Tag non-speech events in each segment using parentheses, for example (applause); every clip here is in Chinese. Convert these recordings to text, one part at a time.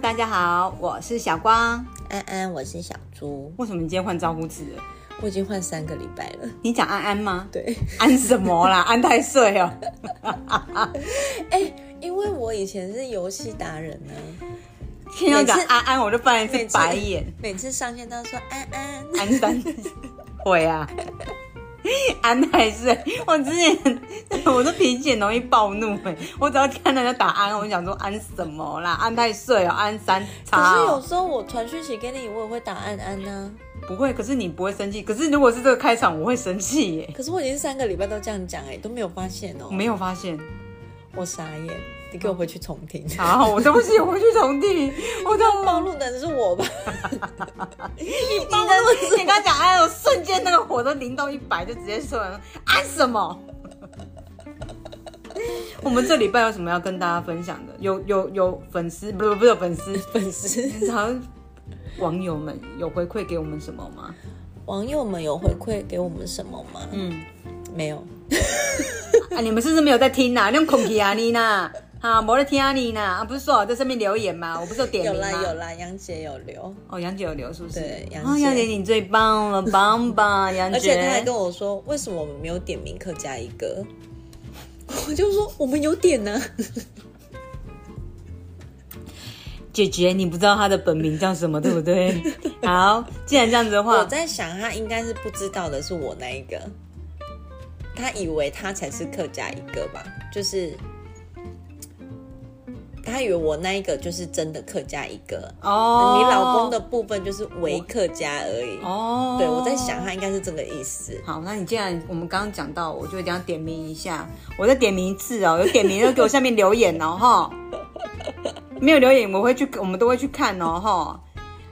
大家好，我是小光。安安，我是小猪，为什么你今天换招呼词了？我已经换三个礼拜了。你讲安安吗？对，安什么 (laughs) 啦？安太岁哦。哎、因为我以前是游戏达人呢、听到讲每次安安，我就翻一每次次白眼。每次上线都说安安，安三 (laughs) 会啊，安太岁。我之前我的脾气很容易暴怒哎、我只要看到人家打安，我就想说安什么啦？安太岁哦，安三可叉是哦、有时候我传讯息给你，我也会打安安呢、不会，可是你不会生气。可是如果是这个开场，我会生气耶、可是我已经三个礼拜都这样讲，哎，都没有发现哦、我没有发现。我傻眼，你给我回去重听。好，我对不起，我回去重听。我的暴露的人是我吧？你的，你刚讲，哎，我瞬间那个火都零到一百，就直接说了按什么？ (laughs) 我们这礼拜有什么要跟大家分享的？有有有粉丝，不是不是有粉丝，粉丝 (laughs) 好像网友们有回馈给我们什么吗？网友们有回馈给我们什么吗？嗯，没有，啊，你们是不是没有在听呐、啊？用空气啊你呐，啊，没在听啊你呐，啊，不是说我在上面留言吗？我不是有点有名吗？啦有啦，杨姐有留，哦，杨姐有留是不是？对杨哦，姐杨姐你最棒了，棒棒，杨姐。而且她还跟我说，为什么我们没有点名客加一个？ (laughs) 我就说我们有点呢、姐姐，你不知道她的本名叫什么，对不 (laughs) 对？好，既然这样子的我话，在想，她应该是不知道的是我那一个，她以为她才是客家一个吧，就是她以为我那一个就是真的客家一个，哦，你老公的部分就是为客家而已。哦，对，我在想，她应该是这个意思。好，那你既然我们刚刚讲到，我就一定要点名一下，我再点名一次哦，有点名就给我下面留言哦，哈，没有留言我会去，我们都会去看哦，哈。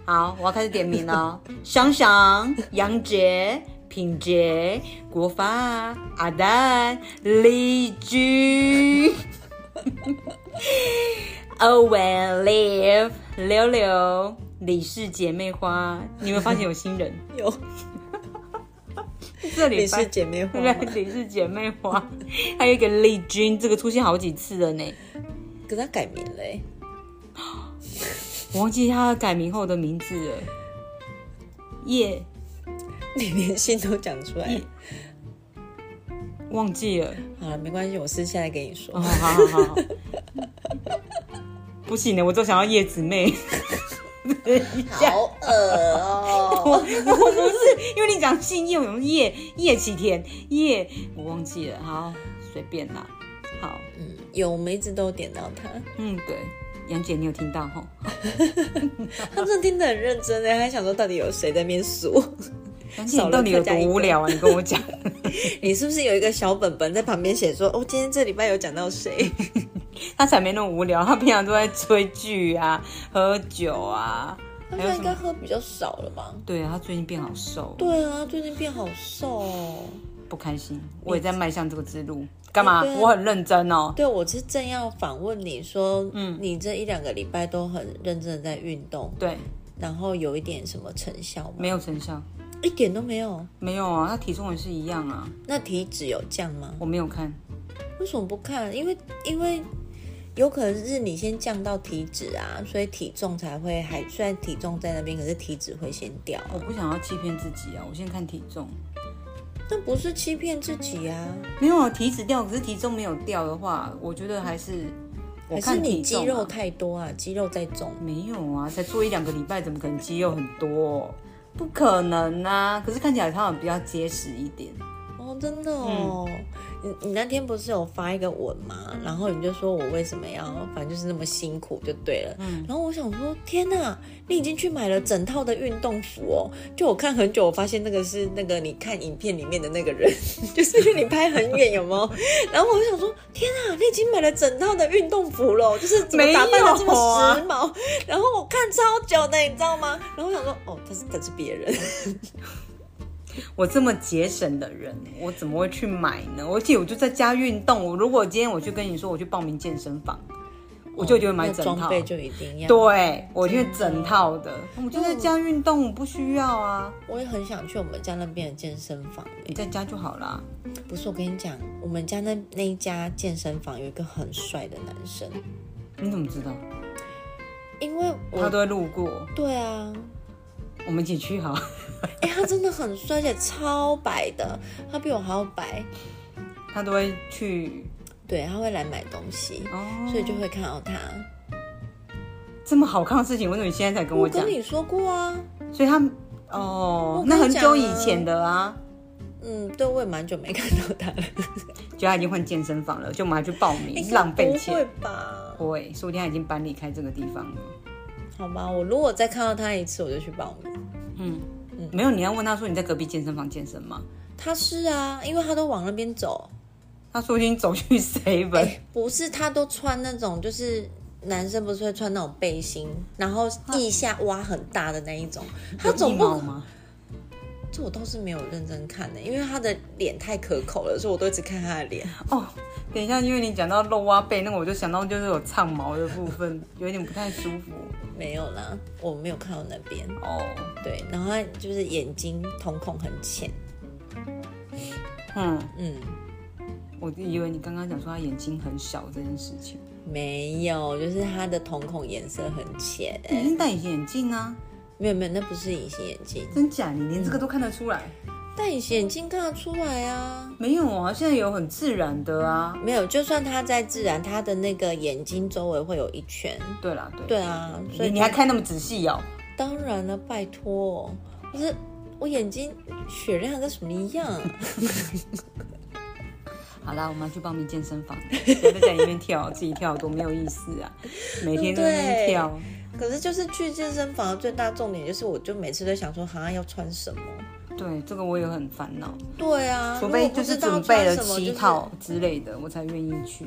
好，我要开始点名了哦，想想、杨杰、品杰、国发、阿丹、李居、欧文、Live、柳柳、李氏姐妹花，你有没有发现有新人？有，这里你是 (laughs) 姐妹花对吗不对？你是姐妹花，还有一个丽君，这个出现好几次了呢。可是她改名欸嘞、我忘记她改名后的名字了。叶、你 (laughs) 连姓都讲出来。忘记了。好了，没关系，我私下来跟你说。哦，好好好好。 (laughs) 不行了，我都想要叶姊妹。 (laughs) 好恶哦、我我不是，因为你讲姓叶，我用叶叶启田叶，我忘记了。好，随便啦。好， (laughs) 嗯，有，我们一直都有点到他，嗯，对，杨姐，你有听到吼？他真的听得很认真哎，还想说到底有谁在那边数？ (laughs) 杨姐，你到底有多无聊啊？你跟我讲。你是不是有一个小本本在旁边写说，哦，今天这礼拜有讲到谁？他才没那么无聊， (laughs) 他平常都在追剧啊、喝酒啊， (laughs) 他还有什现在应该么？喝比较少了吧？对啊，他最近变好瘦，对啊，最近变好瘦哦。不开心。我也在迈向这个之路，干嘛？对啊我很认真哦。对，我是正要反问你说，嗯，你这一两个礼拜都很认真的在运动，对，然后有一点什么成效吗？没有成效，一点都没有。没有啊，他体重也是一样啊，那体脂有降吗？我没有看。为什么不看？因为因为有可能是你先降到体脂啊，所以体重才会还虽然体重在那边，可是体脂会先掉。我不想要欺骗自己啊！我先看体重，那不是欺骗自己啊，没有啊，体脂掉，可是体重没有掉的话，我觉得还是我还是看你体肌重、肉啊。太多啊，肌肉在重。没有啊，才做一两个礼拜，怎么可能肌肉很多、不可能啊！可是看起来他好像比较结实一点。哦，真的哦，嗯你你那天不是有发一个文吗？然后你就说我为什么要，反正就是那么辛苦就对了。嗯，然后我想说，天哪，你已经去买了整套的运动服哦。就我看很久，我发现那个是那个你看影片里面的那个人， (laughs) 就是因为你拍很远，有没有？然后我就想说，天哪，你已经买了整套的运动服了哦，就是怎么打扮的这没有啊么时髦？然后我看超久的，你知道吗？然后我想说，哦，他是他是别人。我这么节省的人，我怎么会去买呢？而且我就在家运动。我如果今天我去跟你说我去报名健身房，我就就会买哦那整装套。备就一嗯定要。对，我就会整套的。我就在家运动，我不需要啊。我也很想去我们家那边的健身房欸、你在家就好啦。不是，我跟你讲，我们家那那一家健身房有一个很帅的男生，你怎么知道？因为他我都会路过，对啊，我们一起去好。 (laughs) 哎、他真的很帅，而且超白的，他比我还要白。他都会去对，他会来买东西，哦，所以就会看到他。这么好看的事情，为什么你现在才跟我我讲跟？你说过啊，所以他哦我，跟那你很久讲以啊前的啊，嗯，对，我也蛮久没看到他了，就他已经换健身房了，就我们还去报哎名，浪费不会钱。吧？不会，说不定他已经搬离开这个地方了。好吧，我如果再看到他一次，我就去报名。嗯，没有，你要问他说你在隔壁健身房健身吗？他是啊，因为他都往那边走，他说不定走去 seven，不是他都穿那种就是。男生不是会穿那种背心，然后腋下挖很大的那一种，他总不毛吗？这我倒是没有认真看的、因为他的脸太可口了，所以我都一直看他的脸。哦，等一下，因为你讲到露蛙背，那个我就想到就是有唱毛的部分， (laughs) 有点不太舒服。没有啦，我没有看到那边。哦，对，然后他就是眼睛瞳孔很浅，嗯，嗯，我以为你刚刚讲说他眼睛很小这件事情，没有，就是他的瞳孔颜色很浅。哎你一定戴隐形眼镜啊？没有没有，那不是隐形眼镜，真假？你连这个都看得出来？戴隐形眼镜看得出来啊。没有啊，现在有很自然的啊。没有，就算他在自然，他的那个眼睛周围会有一圈。对啦，对，对啊，所以你你还看那么仔细哦？当然了，拜托，不是我眼睛血量跟什么一样？ (laughs) 好啦，我们要去报名健身房，不要在家里面跳，自己跳多没有意思啊！每天都在那边跳，可是就是去健身房的最大重点就是，我就每次都想说，好像要穿什么。对这个我也很烦恼。对啊，除非如果就不是知道准备了穿什么七套，之类的，我才愿意去。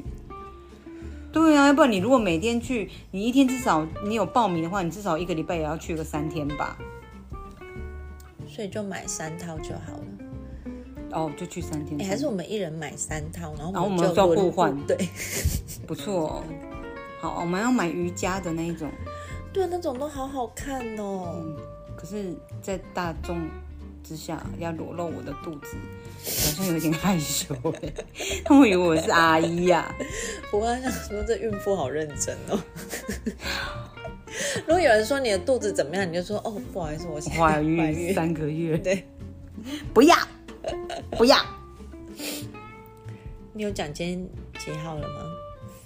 对啊，要不然你如果每天去，你一天至少你有报名的话，你至少一个礼拜也要去个三天吧。就是所以就买三套就好了。哦，就去三天，哎、还是我们一人买三套，然后然后我我们们就就轮互换对不错哦。好，我们要买瑜伽的那一种，对，啊那种都好好看哦。可是，在大众之下要裸露我的肚子，好像有点害羞哎。他们以为我是阿姨啊呀、 (laughs) 不过想说这孕妇好认真哦。 (laughs) 如果有人说你的肚子怎么样，你就说哦，不好意思，我现在怀怀孕孕。三个月，对，不要，不要，你有讲今天几号了吗？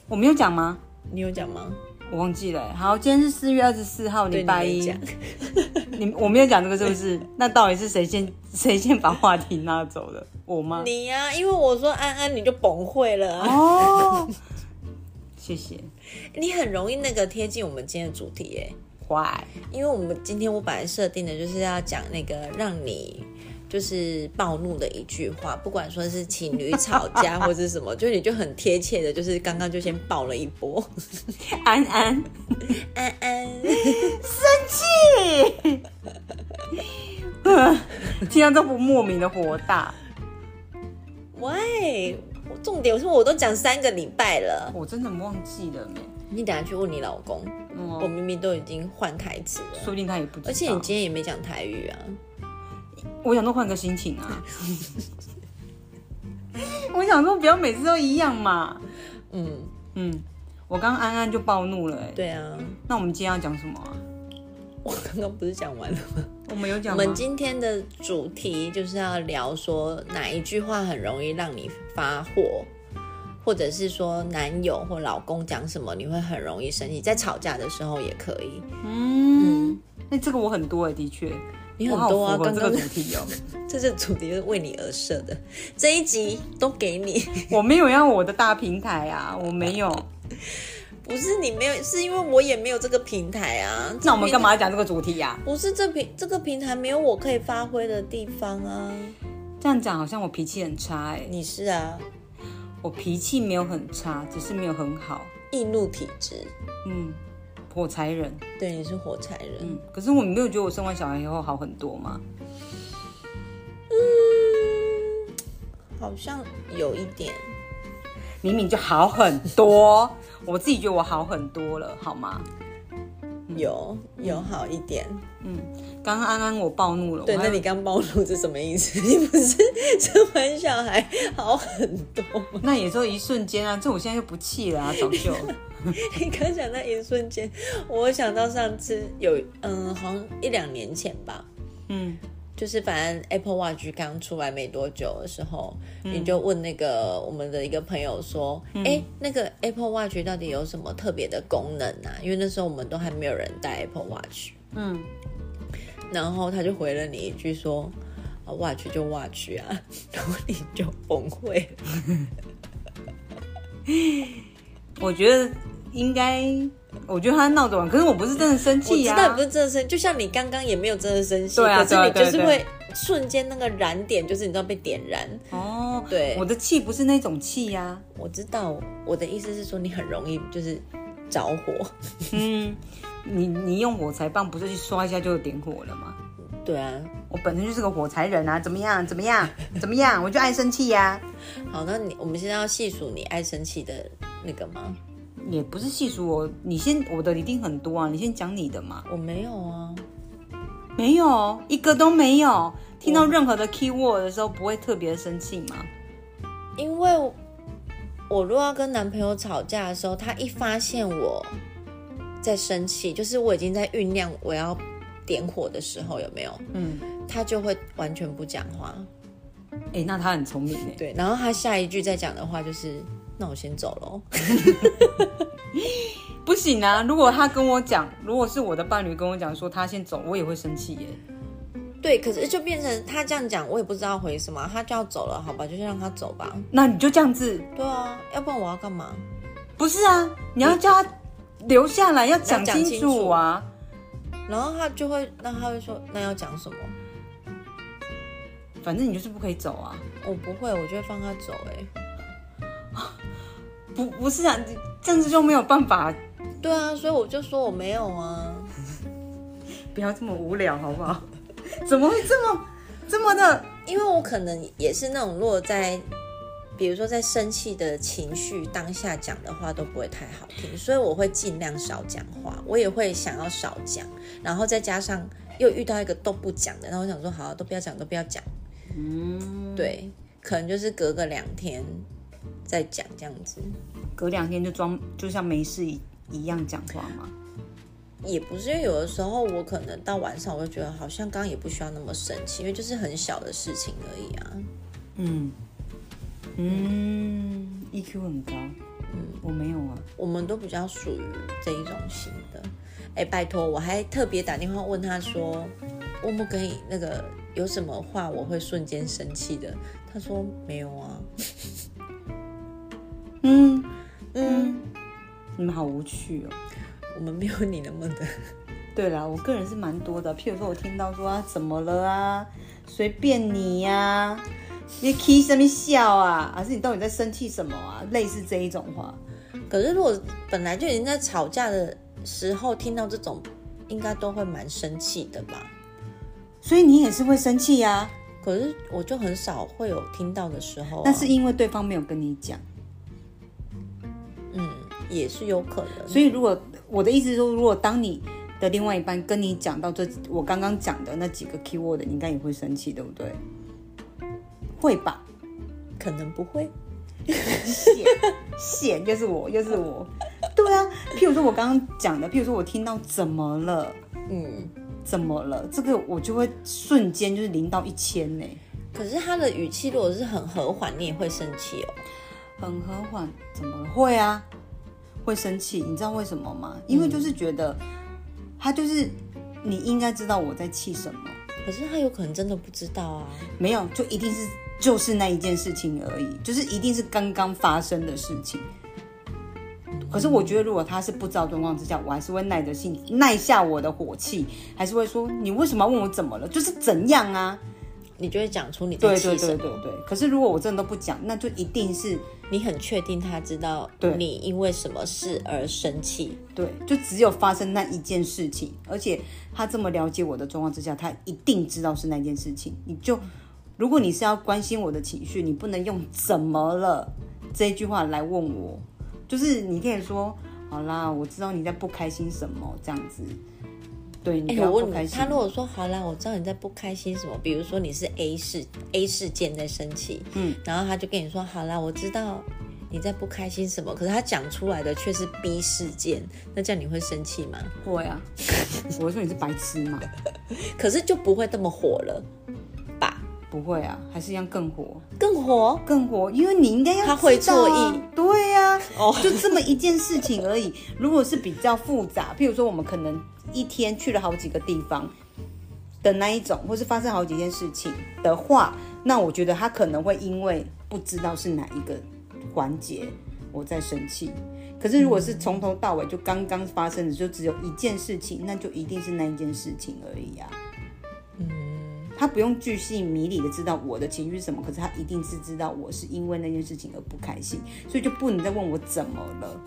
我没有讲吗？你有讲吗？我忘记了欸。好，今天是四月二十四号，对礼你拜没一讲。。你我没有讲这个是不是？那到底是谁先谁先把话题拉走的？我吗？ (laughs) 你呀、因为我说安安，你就崩溃了啊、哦，谢谢。你很容易那个贴近我们今天的主题耶，坏，因为我们今天我本来设定的就是要讲那个让你就是暴怒的一句话，不管说是情侣吵架或是什 (laughs) 么，就你就很贴切的，就是刚刚就先爆了一波。安 (laughs) 安。安安，气，听到这不莫名的火大，喂，我重点是我都讲三个礼拜了，我真的忘记了没？你等下去问你老公，我我明明都已经换台词了，哦说不定他也不知道。哦而且你今天也没讲台语啊。我想说换个心情 (laughs) 啊，我想说不要每次都一样嘛。嗯，嗯，我刚安安就暴怒了、欸，对啊， (laughs) 那我们今天要讲什么啊？我刚刚不是讲完了吗？我们有讲我吗们？今天的主题就是要聊说哪一句话很容易让你发火，或者是说男友或老公讲什么你会很容易生气，在吵架的时候也可以。嗯，那、这个我很多哎、欸，的确，你我很好多啊，符合刚这刚个主题哦、这是主题是为你而设的，这一集都给你，我没有要我的大平台啊，我没 (laughs) 有。不是你没有，是因为我也没有这个平台啊。那我们干嘛？嘛要讲这个主题啊呀、不是这平这个平台没有我可以发挥的地方啊。这样讲好像我脾气很差哎、你是啊，我脾气没有很差，只是没有很好。易怒体质，嗯，火柴人。对，你是火柴人。嗯，可是我没有觉得我生完小孩以后好很多嘛。好像有一点，明明就好很多， (laughs) 我自己觉得我好很多了，好吗？嗯有有好一点。刚刚安安我暴怒了，对，我那还你刚暴露是什么意思？ (laughs) 你不是生完小孩好很多吗？ (laughs) (laughs) 那也就一瞬间啊，这我现在就不气了啊，早就。你刚讲那一瞬间，我想到上次有，嗯，好像一两年前吧，嗯，就是反正 Apple Watch 刚出来没多久的时候，嗯你就问那个我们的一个朋友说，哎、那个 Apple Watch 到底有什么特别的功能啊？因为那时候我们都还没有人戴 Apple Watch，嗯，然后他就回了你一句说。啊，watch 就 watch 啊， (laughs) 然后你就崩溃了。我觉得应该，我觉得他闹着玩，可是我不是真的生我气知呀、道你不是真的生，就像你刚刚也没有真的生气，对啊可是你对就啊对是啊会瞬间那个燃点，就是你知道被点燃。哦，对我的气不是那种气呀、我知道，我的意思是说你很容易就是着火。嗯，你你用火柴棒不是去刷一下就有点火了吗？对啊，我本身就是个火柴人啊，怎么样？怎么样？怎么样？我就爱生气呀、好，那你我们现在要细数你爱生气的那个吗？也不是细数我，你先我的一定很多啊，你先讲你的嘛。我没有啊，没有，一个都没有。听到任何的 key word 的时候，不会特别生气吗？因为我我如果要跟男朋友吵架的时候，他一发现我在生气，就是我已经在酝酿我要点火的时候，有没有？嗯，他就会完全不讲话。哎、那他很聪明哎。对，然后他下一句再讲的话就是：“那我先走喽。不行啊！如果他跟我讲，如果是我的伴侣跟我讲说他先走，我也会生气耶。” (laughs) 对，可是就变成他这样讲，我也不知道回什么，他就要走了，好吧，就是让他走吧。那你就这样子，对啊，要不然我要干嘛？不是啊？你要叫他留下来，要讲讲清清楚啊。然后他就会，那他会说：“那要讲什么反正你就是不可以走啊。？”我不会，我就会放他走、欸。不，不是啊，你这样子就没有办法。对啊，所以我就说我没有啊。不要这么无聊，好不好？ (laughs) 怎么会这么这么的？因为我可能也是那种，如果在比如说在生气的情绪当下讲的话都不会太好听，所以我会尽量少讲话，我也会想要少讲，然后再加上又遇到一个都不讲的，那我想说好、啊都不要讲，都不要讲，嗯，对，可能就是隔个两天再讲这样子，隔两天就装，就像没事一一样讲话嘛。也不是因为有的时候我可能到晚上我就觉得好像刚刚也不需要那么生气，因为就是很小的事情而已啊，嗯嗯，EQ 很高。嗯，我没有啊。我们都比较属于这一种型的。哎，拜托，我还特别打电话问他说，我们可以那个有什么话我会瞬间生气的？他说没有啊。嗯，嗯，你们好无趣哦。我们没有你那么的。 (laughs) 对啦，我个人是蛮多的，譬如说我听到说啊，怎么了啊，随便你呀、你 k 什么笑啊，还是你到底在生气什么啊？类似这一种话，可是如果本来就已经在吵架的时候听到这种，应该都会蛮生气的吧？所以你也是会生气呀、啊，可是我就很少会有听到的时候、啊。那是因为对方没有跟你讲。嗯，也是有可能。所以如果我的意思是说，如果当你的另外一半跟你讲到这我刚刚讲的那几个 keyword，你应该也会生气，对不对？会吧？可能不会。线线就是我，又是我。对啊，譬如说我刚刚讲的，譬如说我听到怎么了，嗯。怎么了，这个我就会瞬间就是零到一千呢，可是他的语气如果是很和缓，你也会生气哦。很和缓，怎么了？会啊，会生气，你知道为什么吗？因为就是觉得他就是你应该知道我在气什么，可是他有可能真的不知道啊。没有就一定是就是那一件事情而已，就是一定是刚刚发生的事情。可是我觉得，如果他是不知道状况之下，我还是会耐着性耐下我的火气，还是会说你为什么要问我怎么了，就是怎样啊？你就会讲出你在对气什对么。对对对。可是如果我真的都不讲，那就一定是你很确定他知道对你因为什么事而生气，对，就只有发生那一件事情，而且他这么了解我的状况之下，他一定知道是那件事情。你就，如果你是要关心我的情绪，你不能用“怎么了”这一句话来问我，就是你可以说：“好啦，我知道你在不开心什么这样子。”对，你哎、不我要不问开你，心。他如果说好啦，我知道你在不开心什么，比如说你是 A 事 A 事件在生气，嗯，然后他就跟你说好啦，我知道你在不开心什么，可是他讲出来的却是 B 事件，那这样你会生气吗？会啊，我会说你是白痴嘛？可是就不会这么火了吧？不会啊，还是一样更火，更 (laughs) 火更火，因为你应该要、啊、他会错意，对呀、啊，哦，就这么一件事情而已。如果是比较复杂，譬如说我们可能一天去了好几个地方的那一种，或是发生好几件事情的话，那我觉得他可能会因为不知道是哪一个环节我在生气。可是如果是从头到尾就刚刚发生的，就只有一件事情，那就一定是那一件事情而已啊。他不用巨细迷离的知道我的情绪是什么，可是他一定是知道我是因为那件事情而不开心，所以就不能再问我怎么了，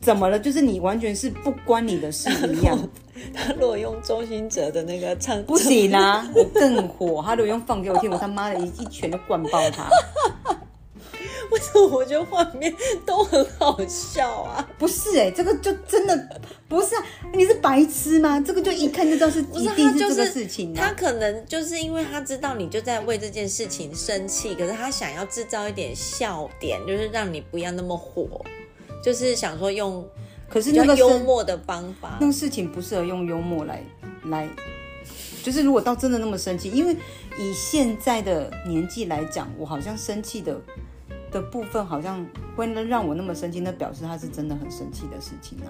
怎么了？就是你完全是不关你的事一 (laughs) 样。他如果用周兴哲的那个唱，不行啊，我更火。他如果用放给我听，我他妈的一一拳就灌爆他。 (laughs) 为什么我觉得画面都很好笑啊？ (laughs) 不是哎、欸，这个就真的不是啊！你是白痴吗？这个就一看就知道是一定是这个事情、啊他就是。他可能就是因为他知道你就在为这件事情生气，可是他想要制造一点笑点，就是让你不要那么火，就是想说用可是那个幽默的方 (laughs) 法，那个事情不适合用幽默来来。就是如果到真的那么生气，因为以现在的年纪来讲，我好像生气的。的部分好像会让我那么生气，那表示他是真的很生气的事情啊。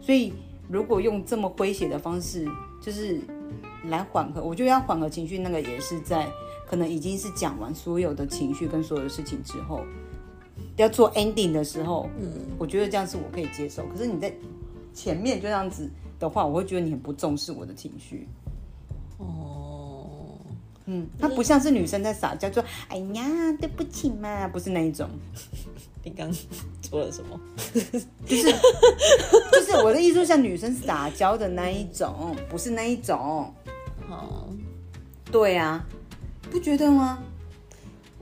所以如果用这么诙谐的方式，就是来缓和，我觉得要缓和情绪，那个也是在可能已经是讲完所有的情绪跟所有的事情之后，要做 ending 的时候，嗯，我觉得这样是我可以接受。可是你在前面就这样子的话，我会觉得你很不重视我的情绪。哦。嗯，他不像是女生在撒娇，说“哎呀，对不起嘛”，不是那一种。你刚做了什 (laughs) 么？就是就是我的意思，像女生撒娇的那一种，不是那一种。哦，对啊，不觉得吗？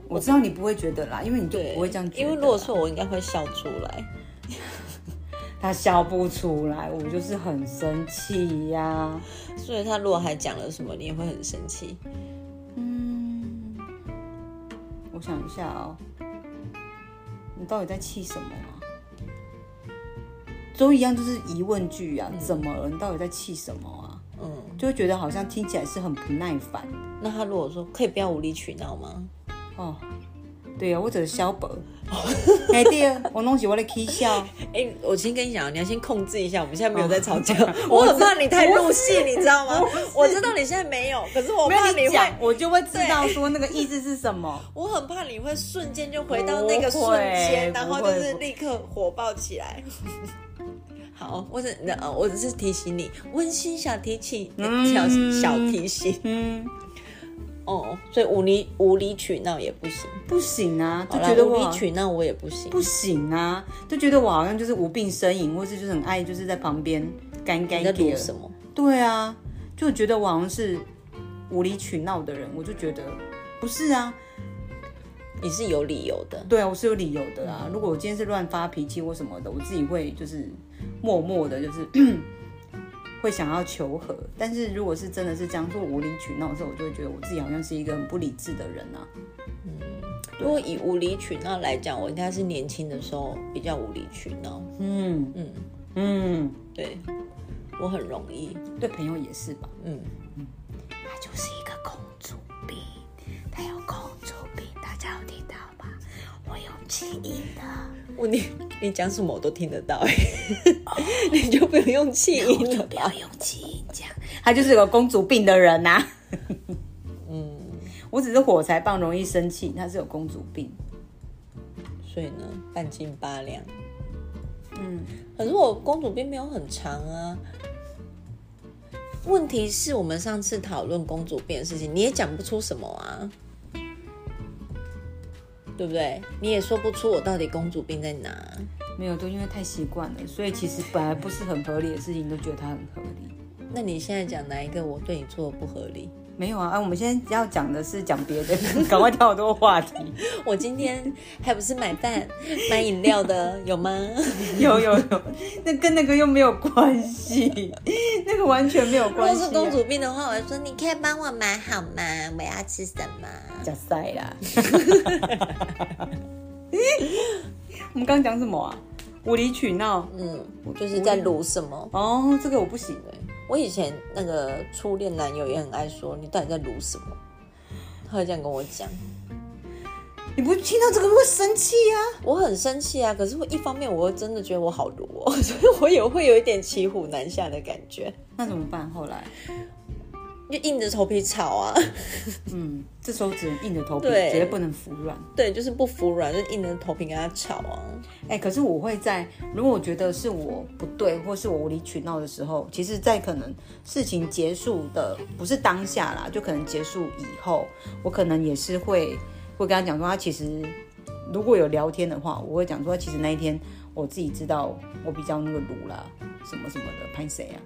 我知道你不会觉得啦，因为你就不会这样觉得。因为如果说我应该会笑出来，他笑不出来，我就是很生气呀、啊。所以他如果还讲了什么，你也会很生气。我想一下哦，你到底在气什么啊？都一样，就是疑问句啊，嗯、怎么了？你到底在气什么啊？嗯，就会觉得好像听起来是很不耐烦。那他如果说可以不要无理取闹吗？哦，对啊，或者肖博。哦哎欸、对啊，我弄起我的 K 笑。哎、欸，我先跟你讲，你要先控制一下，我们现在没有在 (laughs) 吵架。哦、我很怕你太入戏，你知道吗？我知道你现在 (laughs) 没有，可是我怕你会，我就会知道说那个意思是什 (laughs) 么。我很怕你会瞬间就回到那个瞬间，然后就是立刻火爆起来。 (laughs) 好，我只呃，我只是提醒你，温馨小提醒，小小提醒。嗯。嗯哦，所以无理无理取闹也不行，不行啊，就觉得无理取闹我也不行，不行啊，就觉得我好像就是无病呻吟，或是就是很爱就是在旁边干干给什么？对啊，就觉得我好像是无理取闹的人，我就觉得不是啊，你是有理由的，对啊，我是有理由的啊。如果我今天是乱发脾气或什么的，我自己会就是默默的，就是。 (clears throat) 会想要求和，但是如果是真的是这样做无理取闹的时候，我就会觉得我自己好像是一个很不理智的人啊。嗯，如果以无理取闹来讲，我应该是年轻的时候比较无理取闹。嗯嗯嗯，对，我很容易，对朋友也是吧？嗯嗯，她就是一个公主病，她有公主病，哦大家有听到吗？我有记忆的。我你你讲什么我都听得 (laughs) 到哎、欸，oh, 你就不用用气 (laughs) 音了，不要用气音讲，他就是有公主病的人呐、啊。嗯，我只是火柴棒容易生气，他是有公主病，所以呢半斤八两。嗯，可是我公主病没有很长啊。问题是我们上次讨论公主病的事情，你也讲不出什么啊。对不对？你也说不出我到底公主病在哪。没有，都因为太习惯了，所以其实本来不是很合理的事情，都觉得它很合理。那你现在讲哪一个我对你做的不合理？ (laughs) 没有啊，啊，我们现在要讲的是讲别的，赶快跳多话题。我今天还不是买饭、买饮 (laughs) 料的，有吗？有有有，那跟那个又没有关系，那个完全没有关系、啊。如果是公主病的话，我会说你可以帮我买好吗？我要吃什么？加塞啦。 (laughs) 我们刚刚讲什么啊？无理取闹。嗯，就是在撸什么？哦，这个我不行对，我以前那个初恋男友也很爱说你到底在撸什么，他会这样跟我讲，你不听到这个会生气啊？我很生气啊。可是我一方面我又真的觉得我好撸哦， (laughs) 所以我也会有一点骑虎难下的感觉，那怎么办？后来，就硬着头皮吵啊。 (laughs) 嗯，这时候只能硬着头皮，对绝对不能服软。对，就是不服软，就硬着头皮跟他吵啊。哎、可是我会在，如果我觉得是我不对，或是我无理取闹的时候，其实，在可能事情结束的不是当下啦，就可能结束以后，我可能也是会会跟他讲说，他啊其实如果有聊天的话，我会讲说，啊其实那一天我自己知道我比较那个鲁啦，什么什么的，拍谁啊？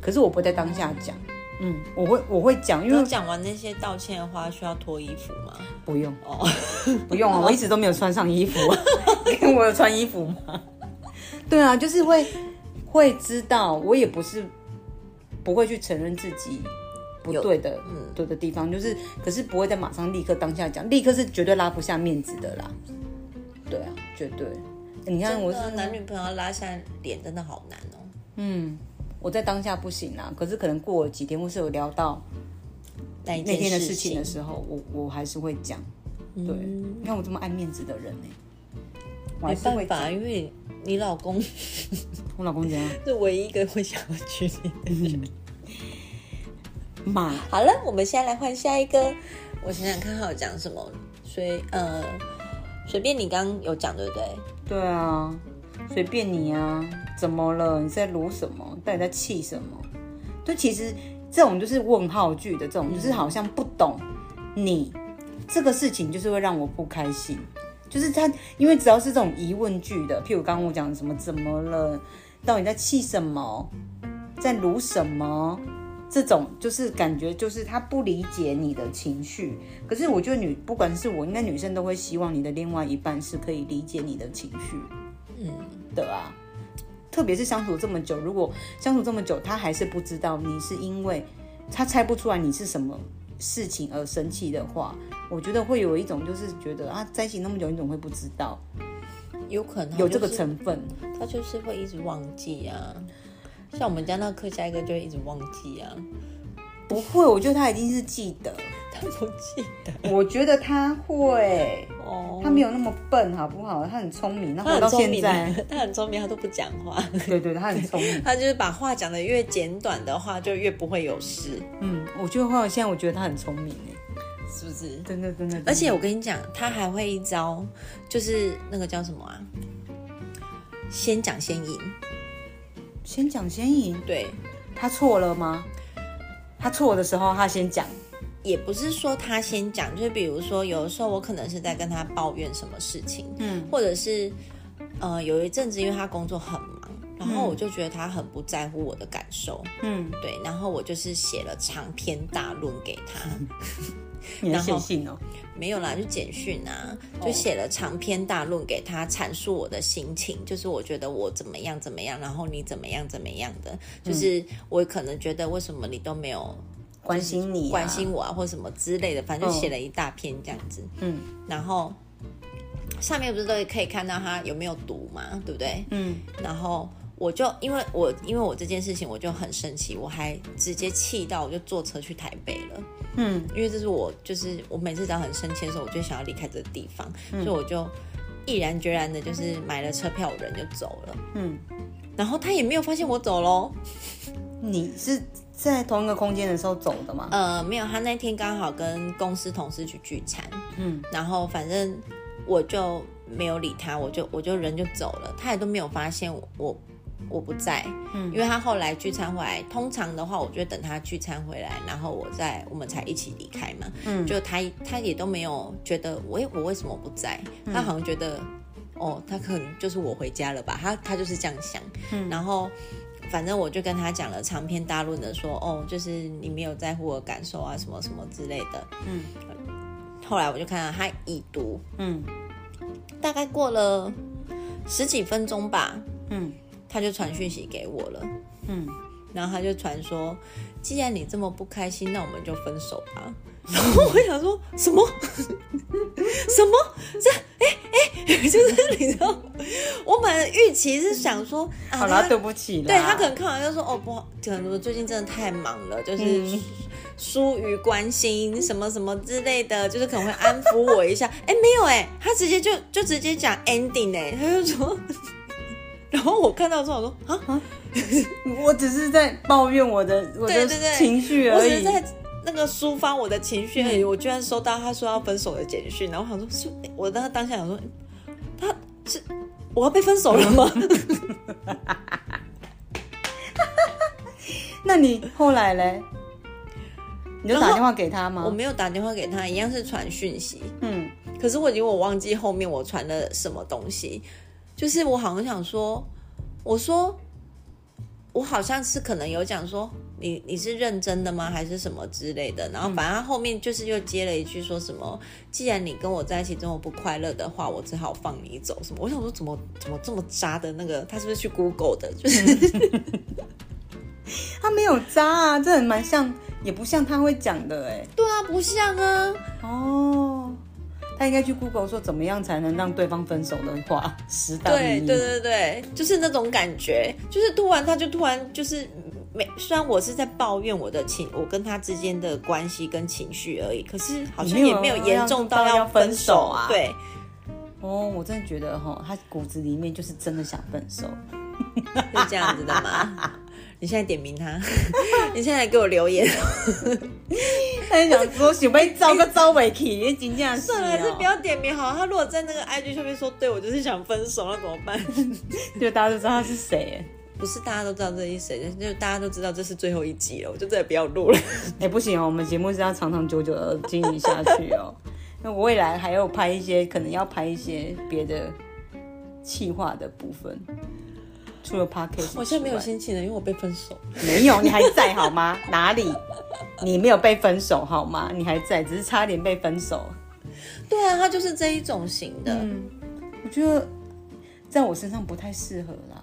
可是我不会在当下讲，嗯，我会我会讲，因就为讲完那些道歉的话，需要脱衣服吗？不用 (laughs) 哦，不用啊，我一直都没有穿上衣 (laughs) 服，因为我有穿衣服吗？ (laughs) 对啊，就是会会知道，我也不是不会去承认自己不对的、对的地方，就是可是不会在马上立刻当下讲，立刻是绝对拉不下面子的啦。对啊，绝对。你看我是真的男女朋友要拉下脸真的好难哦。嗯我在当下不行啊，可是可能过了几天或是有聊到那一那天的件事情情嗯的时候，我我还是会讲。对，你看我这么爱面子的人呢、我还没是会讲。办法，因为你老公 (laughs) 我老公怎样？是唯一一个会想要娶你的人。骂好了，我们现在来换下一个。我想想看，还有讲什么？随呃，随便你刚刚有讲对不对？对啊，随便你啊，怎么了？你在撸什么？到底在气什么？就其实这种就是问号句的这种，就是好像不懂你这个事情，就是会让我不开心。就是他，因为只要是这种疑问句的，譬如刚刚我讲的什么怎么了，到底在气什么，在撸什么，这种就是感觉就是他不理解你的情绪。可是我觉得女，不管是我，应该女生都会希望你的另外一半是可以理解你的情绪，嗯，的啊。特别是相处这么久，如果相处这么久，他还是不知道你是因为他猜不出来你是什么事情而生气的话，我觉得会有一种就是觉得啊，在一起那么久，你怎么会不知道？有可能有这个哦就是成分，他就是会一直忘记啊。像我们家那客家一个就会一直忘记啊，不会，我觉得他一定是记得，他不记得我觉得他会，哦。他没有那么笨，好不好？他很聪明，然他后很到聪现明在，的，他很聪明，他都不讲话， (laughs) 对对，对他很聪明。 (laughs) 他就是把话讲的越简短的话，就越不会有事，嗯，我觉得后来现在我觉得他很聪明哎，是不是？真的真的。而且我跟你讲，他还会一招，就是那个叫什么啊？先讲先赢，先讲先赢，对，他错了吗？他错的时候他先讲，也不是说他先讲，就是比如说，有的时候我可能是在跟他抱怨什么事情，嗯，或者是呃，有一阵子因为他工作很忙，然后我就觉得他很不在乎我的感受，嗯，对，然后我就是写了长篇大论给他，你的然写后信哦，没有啦，就简讯啊，就写了长篇大论给他，阐述我的心情，就是我觉得我怎么样怎么样，然后你怎么样怎么样的，嗯就是我可能觉得为什么你都没有关心你啊，关心我啊，或什么之类的，反正就写了一大篇这样子。嗯然后上面不是都可以看到他有没有读嘛，对不对？嗯，然后我就因为我因为我这件事情我就很生气，我还直接气到我就坐车去台北了。嗯，因为这是我就是我每次只要很生气的时候，我就想要离开这个地方，嗯所以我就毅然决然的就是买了车票，我人就走了。嗯，然后他也没有发现我走喽。你是在同一个空间的时候走的吗？呃，没有，他那天刚好跟公司同事去聚餐，嗯，然后反正我就没有理他，我就我就人就走了，他也都没有发现我我我不在，嗯，因为他后来聚餐回来，通常的话，我就等他聚餐回来，然后我再我们才一起离开嘛，嗯，就他他也都没有觉得我我为什么不在，他好像觉得。哦，他可能就是我回家了吧，他他就是这样想，嗯，然后反正我就跟他讲了长篇大论的说，哦，就是你没有在乎我的感受啊，什么什么之类的。嗯，后来我就看到他已读，嗯大概过了十几分钟吧，嗯他就传讯息给我了。嗯，然后他就传说，既然你这么不开心，那我们就分手吧。 (laughs) 然后我想说什么 (laughs) 什么这哎哎， (laughs) 就是你知道，我本来预期是想说啊，好啦，他对不起啦。对他可能看完就说哦不好，可能我最近真的太忙了，就是嗯疏疏于关心什么什么之类的，就是可能会安抚我一下。 (laughs) 哎，没有哎，他直接就就直接讲 ending 哎，他就说， (laughs) 然后我看到之后我说啊，我只是在抱怨我的我对的对对情绪我而只是已。嗯在那个抒发我的情绪而已。我居然收到他说要分手的简讯，然后我想说，是我当当下想说，他是我要被分手了 (laughs) 吗？那你后来嘞？你就然打后电话给他吗？我没有打电话给他，一样是传讯息。嗯，可是我已经我忘记后面我传了什么东西，就是我好像想说，我说我好像是可能有讲说你你是认真的吗，还是什么之类的，然后反正他后面就是又接了一句说什么，既然你跟我在一起这么不快乐的话，我只好放你走什么。我想说怎么怎么这么渣的那个，他是不是去 Google 的？就是他没有渣啊，这很蛮像，也不像他会讲的哎、 (laughs) 对啊，不像啊，哦，他应该去 Google 说怎么样才能让对方分手的话，十大对秘密。对对对，就是那种感觉，就是突然他就突然就是没，虽然我是在抱怨我的情，我跟他之间的关系跟情绪而已，可是好像你没也有没有要严重到到要要分分手手啊对，哦，我真的觉得哈，他骨子里面就是真的想分 (laughs) 手。是这样子的吗？ (laughs) 你现在点名他， (laughs) 你现在来给我留 (laughs) 言， (laughs) 他就想说，想被 (laughs) 招个招尾去，你真正是、哎算了，还是哦，不要点名好了。他如果在那个 IG 上面说对我就是想分手，那怎么办？ (laughs) 就大家都知道他是谁欸。不是大家都知道这一谁，就是大家都知道这是最后一集了，我就再也不要录了。哎、不行哦，我们节目是要长长久久的经营下去哦。 (laughs) 那我未来还有拍一些，可能要拍一些别的企划的部分，除了 podcast，我现在没之有外心情了，因为我被分手。没有，你还在好吗？ (laughs) 哪里？你没有被分手好吗？你还在，只是差点被分手。对啊，他就是这一种型的。我觉得在我身上不太适合啦。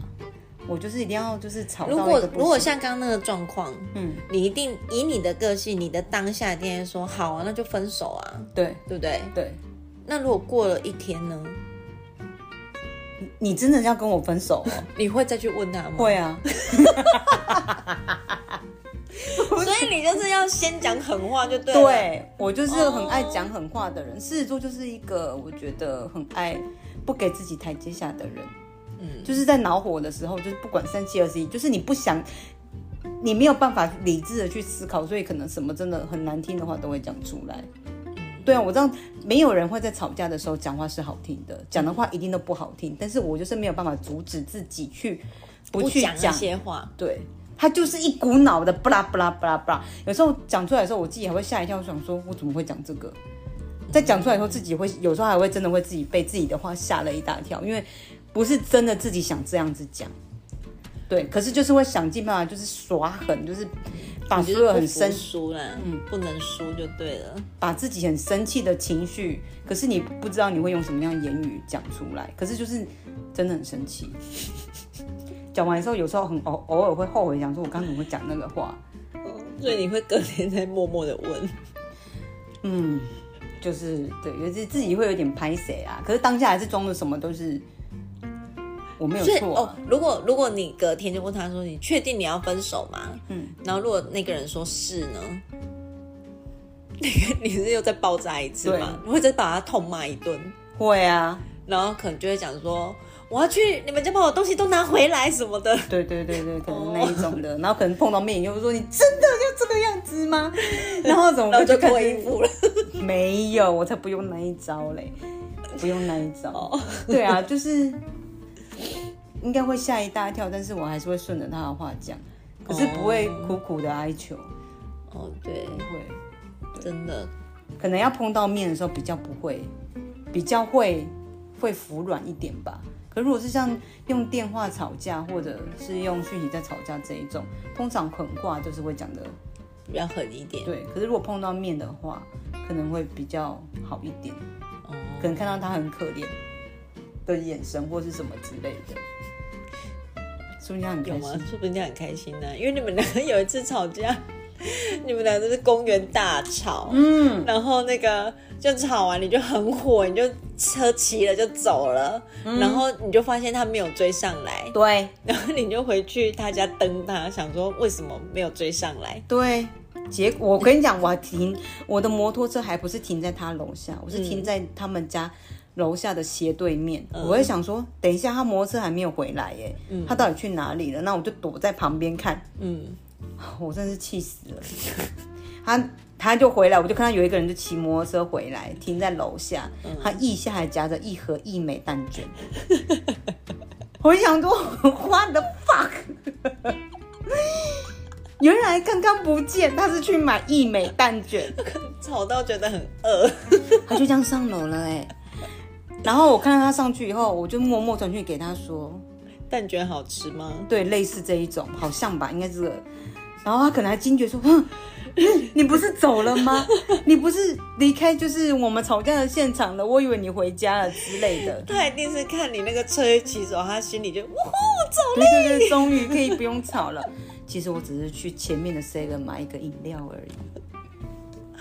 我就是一定要就是吵到如一果个不如果行像刚刚那个状况，嗯，你一定以你的个性，你的当下一定会说好啊，那就分手啊，对对不对？对，那如果过了一天呢？你真的要跟我分 (laughs) 手哦？你会再去问他吗？。会啊，所以你就是要先讲狠话就对了。对我就是很爱讲狠话的人。狮子座就是一个我觉得很爱不给自己台阶下的人。嗯，就是在恼火的时候，就是不管三七二十一，就是你不想，你没有办法理智的去思考，所以可能什么真的很难听的话都会讲出来。嗯对啊，我知道没有人会在吵架的时候讲话是好听的，讲的话一定都不好听，但是我就是没有办法阻止自己去不不去讲那些话，对，他就是一股脑的不啦不啦不啦不啦。有时候讲出来的时候，我自己还会吓一跳，我想说我怎么会讲这个？在讲出来的时候，自己会有时候还会真的会自己被自己的话吓了一大跳，因为不是真的自己想这样子讲。对，可是就是会想尽办法，就是耍狠，就是把你所就是有不很服生输啦，嗯，不能输就对了。把自己很生气的情绪，可是你不知道你会用什么样的言语讲出来，可是就是真的很生气。讲完的时候，有时候很偶偶尔会后悔，想说我刚刚怎么会讲那个话。哦所以你会隔天再默默的问，嗯，就是对，有自自己会有点拍谁啊，可是当下还是装的什么都是我没有所以错、哦啊。，如果如果你隔天就问他说你确定你要分手吗？嗯，然后如果那个人说是呢， (laughs) 你你是又再爆炸一次吗？你会再把他痛骂一顿，会啊，然后可能就会讲说我要去你们家把我东西都拿回来什么 (laughs) 的。对对对对，可能那一种的，然后可能碰到面又说你真的就这个样子吗？然后怎么然后就开脱始衣 (laughs) 服了，没有，我才不用那一招嘞，不用那一招。对啊，就是应该会吓一大跳，但是我还是会顺着他的话讲，可是不会苦苦的哀求，哦，对，不会。真的，可能要碰到面的时候比较不会，比较会会服软一点吧。可如果是像用电话吵架，或者是用讯息在吵架这一种，通常狠话就是会讲的比较狠一点。对。可是如果碰到面的话，可能会比较好一点，哦，可能看到他很可怜的眼神或是什么之类的。是不是这样很有开吗？心？说不定很开心呢、因为你们两个有一次吵架， (laughs) 你们俩就是公园大吵，嗯，然后那个就吵完你就很火，你就车骑了就走了，嗯然后你就发现他没有追上来， (laughs) 对然后你就回去他家蹬他，想说为什么没有追上来？对。结果我跟你讲，我还停我的摩托车还不是停在他楼下，我是停在他们家楼下的斜对面。我会想说，等一下他摩托车还没有回来耶，他到底去哪里了？那我就躲在旁边看。嗯，我真是气死了。他他就回来，我就看到有一个人就骑摩托车回来，停在楼下，他腋下还夹着一盒一美蛋卷。我就想说，花的 fuck，原来刚刚不见，他是去买一美蛋卷，吵到觉得很饿， (laughs) 他就这样上楼了哎、然后我看到他上去以后，我就默默传讯给他说，蛋卷好吃吗？对，类似这一种，好像吧，应该是这个。然后他可能还惊觉说：“哼，你你不是走了吗？你不是离开就是我们吵架的现场了？我以为你回家了之类的。他一定是看你那个车骑走，他心里就哇”对对对，终于可以不用吵了。 (laughs) 其实我只是去前面的 seven 买一个饮料而已。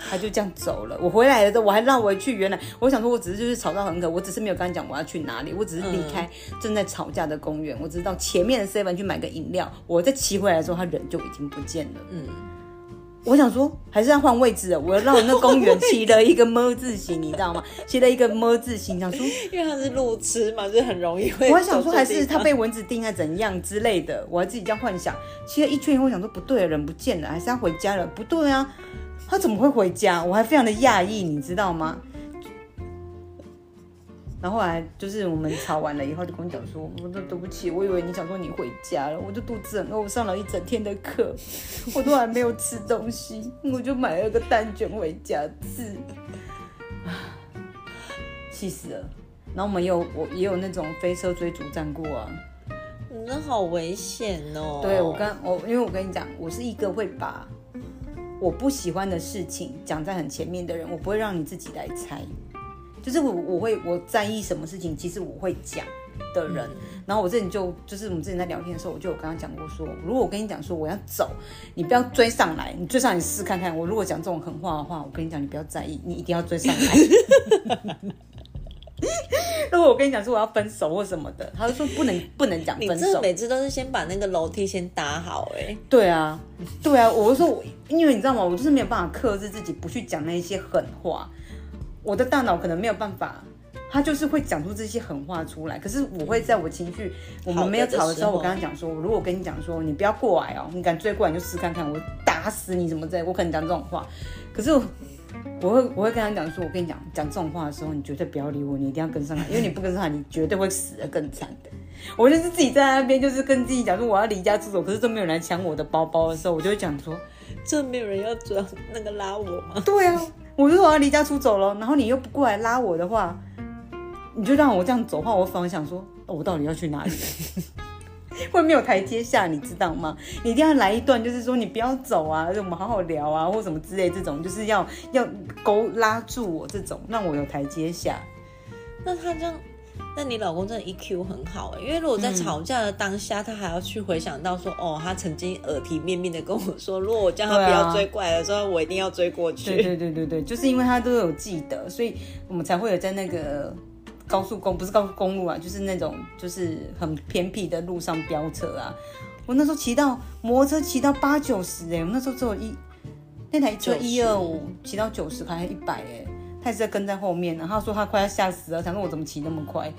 他就这样走了。我回来的时候，我还绕回去。原来我想说，我只是就是吵到很渴，我只是没有跟他讲我要去哪里，我只是离开正在吵架的公园，我只是到前面的 seven 去买个饮料。我再骑回来的时候，他人就已经不见了。嗯，我想说，还是要换位置了。哦我绕那公园骑了一个么字形，你知道吗？骑了一个么字形，想说，因为他是路痴嘛，就是很容易会。我还想说，还是他被蚊子叮啊怎样之类的，我还自己这样幻想。骑了一圈以后，我想说不对，人不见了，还是他回家了？不对啊，他怎么会回家？我还非常的讶异，你知道吗？然后后来就是我们吵完了以后，就跟我讲说，我说对不起，我以为你想说你回家了，我就肚子很饿，我上了一整天的课，我都还没有吃东西，我就买了个蛋卷回家吃， (sighs) 气死了。然后我们也有我也有那种飞车追逐战过啊，你嗯那好危险哦。对我跟我因为我跟你讲，我是一个会把我不喜欢的事情讲在很前面的人，我不会让你自己来猜，就是我我会我在意什么事情，其实我会讲的人。嗯然后我之前就就是我们之前在聊天的时候，我就有跟他讲过说，如果我跟你讲说我要走，你不要追上来，你追上来你试试看看。我如果讲这种狠话的话，我跟你讲，你不要在意，你一定要追上来。 (laughs) 如果我跟你讲说我要分手或什么的，他就说不能不能讲你分这手。每次都是先把那个楼梯先搭好、哎，对啊，对啊，我就说我，因为你知道吗？我就是没有办法克制自己不去讲那一些狠话，我的大脑可能没有办法，他就是会讲出这些狠话出来。可是我会在我情绪我们没有吵的时候，好的时候我跟他讲说，如果我跟你讲说你不要过来哦，你敢追过来你就试看看，我打死你什么之类的，我可能讲这种话。可是我。我会我会跟他讲说，我跟你讲讲这种话的时候，你绝对不要理我，你一定要跟上来，因为你不跟上来，你绝对会死得更惨的。我就是自己在那边，就是跟自己讲说我要离家出走，可是都没有人来抢我的包包的时候，我就会讲说，这没有人要抓那个拉我吗？对啊，我就说我要离家出走了，然后你又不过来拉我的话，你就让我这样走的话，我反而想说，哦我到底要去哪里？ (laughs) 会没有台阶下，你知道吗？你一定要来一段，就是说你不要走啊，我们好好聊啊，或什么之类这种，就是要要勾拉住我这种，让我有台阶下。那他这样，那你老公真的 EQ 很好、哎，因为如果在嗯吵架的当下，他还要去回想到说，哦，他曾经耳提面命的跟我说，如果我叫他对啊不要追过来的时候，我一定要追过去。对对对对对，就是因为他都有记得，所以我们才会有在那个高速公不是高速公路啊，就是那种就是很偏僻的路上飙车啊。我那时候骑到摩托车骑到八九十哎，我那时候只有一那台车90一二五骑到九十还一百哎，他也是在跟在后面、然啊后他说他快要吓死了，想说我怎么骑那么快。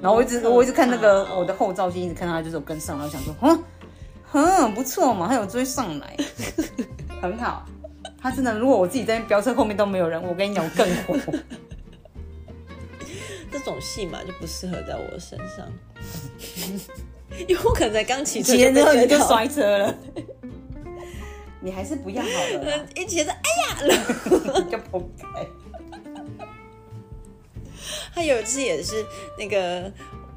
然后我一直嗯我一直看那个我的后照镜，一直看他就是有跟上来，我想说，哼，哼，不错嘛，他有追上来， (laughs) 很好。他真的，如果我自己在飙车后面都没有人，我跟你讲，我更 (laughs) 火。这种戏嘛，就不适合在我身上， (laughs) 因为我可能才刚骑车骑了之被后你追就到摔车 (laughs) 了，你还是不要好了啦，一 (laughs) 骑着，哎，你就崩溃。他有一次也是那个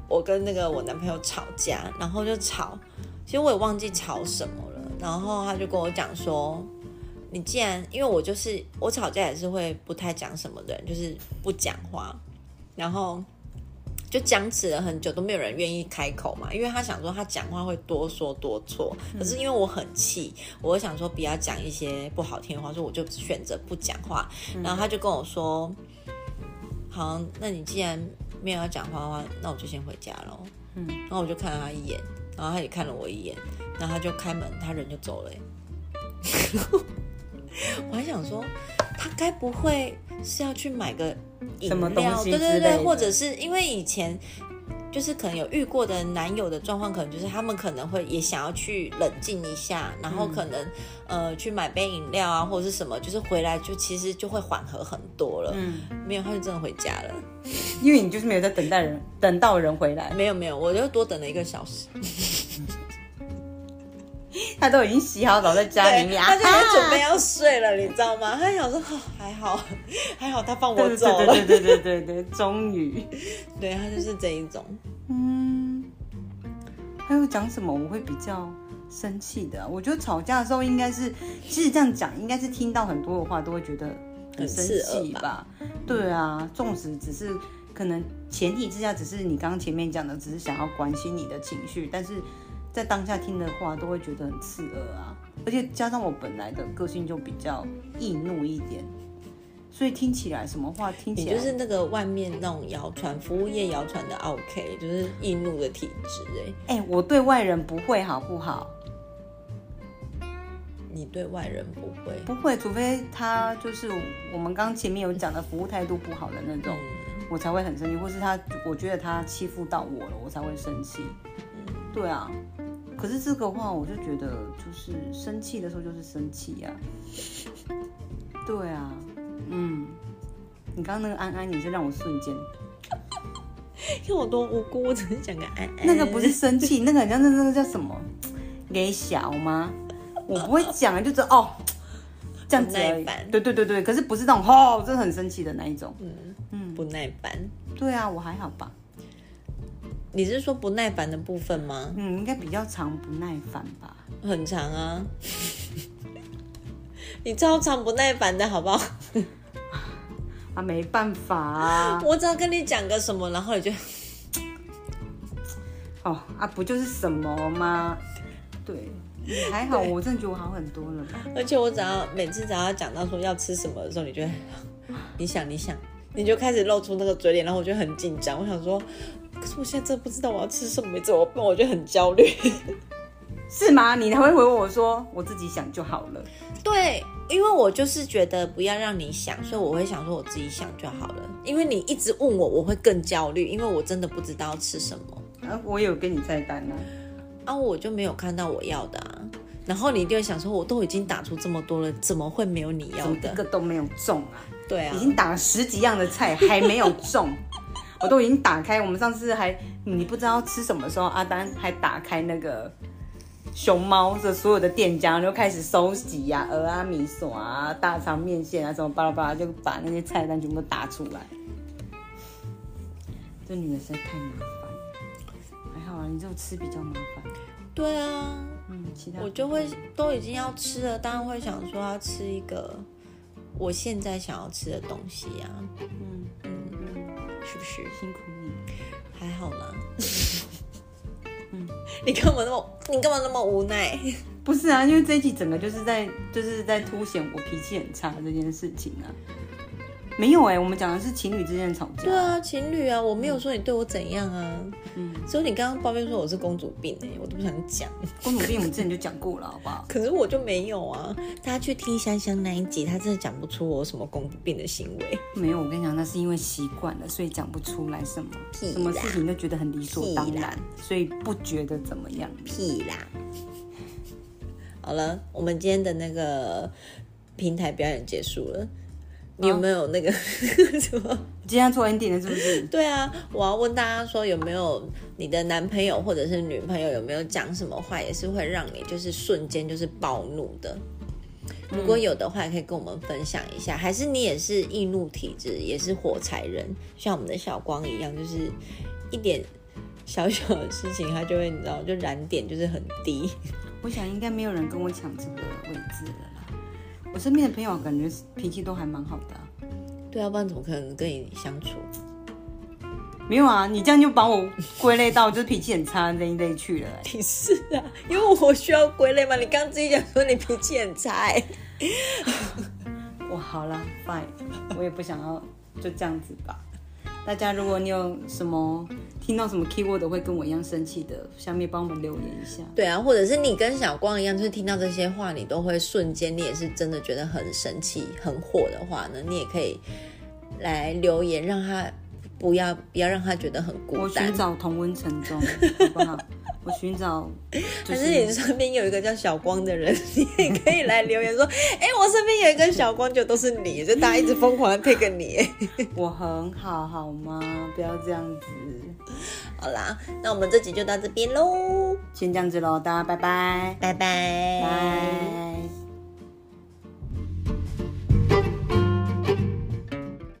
我跟那个我男朋友吵架，然后就吵，其实我也忘记吵什么了，然后他就跟我讲说。你既然因为我就是我吵架也是会不太讲什么的人，就是不讲话，然后就僵持了很久，都没有人愿意开口嘛，因为他想说他讲话会多说多错，可是因为我很气，我想说不要讲一些不好听的话，所以我就选择不讲话。嗯然后他就跟我说：“好，那你既然没有要讲话的话，那我就先回家喽。”嗯，然后我就看了他一眼，然后他也看了我一眼，然后他就开门，他人就 (laughs) 走了欸、我还想说，他该不会是要去买个饮什么东料？西对对之类对，的或者是因为以前就是可能有遇过的男友的状况，可能就是他们可能会也想要去冷静一下，嗯然后可能、呃去买杯饮料啊，或者是什么，就是回来就其实就会缓和很多了。嗯，没有，他就真的回家了。因为你就是没有在等待人，等到人回来，没有没有，我就多等了一个小时。他都已经洗好澡在家里 (laughs) 对，面，他就啊也准备要睡了，你知道吗？ (laughs) 他想说，哦、还好， (laughs) 还好他放我走了。对对对对对对对，终于，对他就是这一种。嗯，还有讲什么我会比较生气的啊、我觉得吵架的时候应该是，其实这样讲应该是听到很多的话都会觉得很生很气刺耳吧？对啊，纵使只是可能前提之下，只是你刚刚前面讲的，只是想要关心你的情绪，但是在当下听的话都会觉得很刺耳啊。而且加上我本来的个性就比较易怒一点，所以听起来什么话听你起来就是那个外面那种谣传，服务业谣传的 OK，就是易怒的体质哎、哎、我对外人不会好不好？你对外人不会，不会，除非他就是我们刚前面有讲的服务态度不好的那种，嗯，我才会很生气，或是他我觉得他欺负到我了，我才会生气。嗯对啊，可是这个话我就觉得就是生气的时候就是生气呀、对啊，嗯，你刚刚那个安安也是让我瞬间，看哎我多无辜，我只是讲个安安。那个不是生气，那个好像那那个叫什么，给小吗？我不会讲，就是哦。这样子而不耐已，烦对对对对，可是不是那种哦，真的很生气的那一种，不耐烦，对啊，我还好吧，你是说不耐烦的部分吗？嗯，应该比较常不耐烦吧。很长啊， (laughs) 你超常不耐烦的好不好？啊，没办法啊，我只要跟你讲个什么，然后你就哦啊，不就是什么吗？对，还好，我真的觉得我好很多了吧。而且我只要每次只要讲到说要吃什么的时候，你就会，你想你想，你就开始露出那个嘴脸，然后我就很紧张，我想说，可是我现在真的不知道我要吃什么，怎么办？我就很焦虑。 (laughs) 是吗？你还会回我说我自己想就好了。对，因为我就是觉得不要让你想，所以我会想说我自己想就好了。因为你一直问我，我会更焦虑，因为我真的不知道要吃什么，啊，我有跟你菜单呢、啊，我就没有看到我要的啊。然后你就会想说，我都已经打出这么多了，怎么会没有你啊，要我一的？个都没有中啊，对啊已，经打了十几样的菜还没有中，我都已经打开。我们上次还你不知道吃什么的时候，阿丹还打开那个。熊猫的所有的店家就开始收集呀、啊，鹅啊、米索啊、大肠面线啊，什么巴拉巴拉，就把那些菜单全部打出来。这女人实在太麻烦了，还好啊，你只有吃比较麻烦，对啊。嗯，其他我就会都已经要吃了，当然会想说要吃一个我现在想要吃的东西呀、嗯是不是？辛苦你了。还好 (laughs) 嗯啦。你干嘛那么你干嘛那么无奈？不是啊，因为这一集整个就是在就是在凸显我脾气很差这件事情啊。没有哎、我们讲的是情侣之间的吵架。对啊，情侣啊，我没有说你对我怎样啊，嗯，只有你刚刚抱怨说我是公主病哎、我都不想讲。公主病我们之前就讲过了，好不好？可是我就没有啊，大家去听香香那一集，她真的讲不出我有什么公主病的行为。没有，我跟你讲，那是因为习惯了，所以讲不出来什么，屁啦什么事情都觉得很理所当屁然啦，所以不觉得怎么样。屁啦！好了，我们今天的那个平台表演结束了。你有没有那个、 (laughs) 什么？今天做 ending 了是不是？对啊，我要问大家说，有没有你的男朋友或者是女朋友有没有讲什么话，也是会让你就是瞬间就是暴怒的？如果有的话，也可以跟我们分享一下。还是你也是易怒体质，也是火柴人，像我们的小光一样，就是一点小小的事情，他就会你知道，就燃点就是很低。我想应该没有人跟我抢这个位置了啦。我身边的朋友感觉脾气都还蛮好的啊、 (laughs) 对啊，不然怎么可能跟你相处？没有啊，你这样就把我归类到就是脾气很差这一类去了、欸。你是啊，因为我需要归类嘛。你刚自己讲说你脾气很差、欸，我好啦 f i n e 我也不想要就这样子吧。大家如果你有什么听到什么 keyword 会跟我一样生气的，下面帮我们留言一下。对啊，或者是你跟小光一样，就是听到这些话，你都会瞬间，你也是真的觉得很生气、很火的话呢，你也可以来留言，让他不要不要让他觉得很孤我单寻。找同温层中，好不好？我寻找，就可是你身边有一个叫小光的人，你也可以来留言说，哎、我身边有一个小光，就都是你，就大家一直疯狂的 take 你。我很好，好吗？不要这样子，好啦，那我们这集就到这边喽，先这样子喽，大家拜拜，拜拜，拜。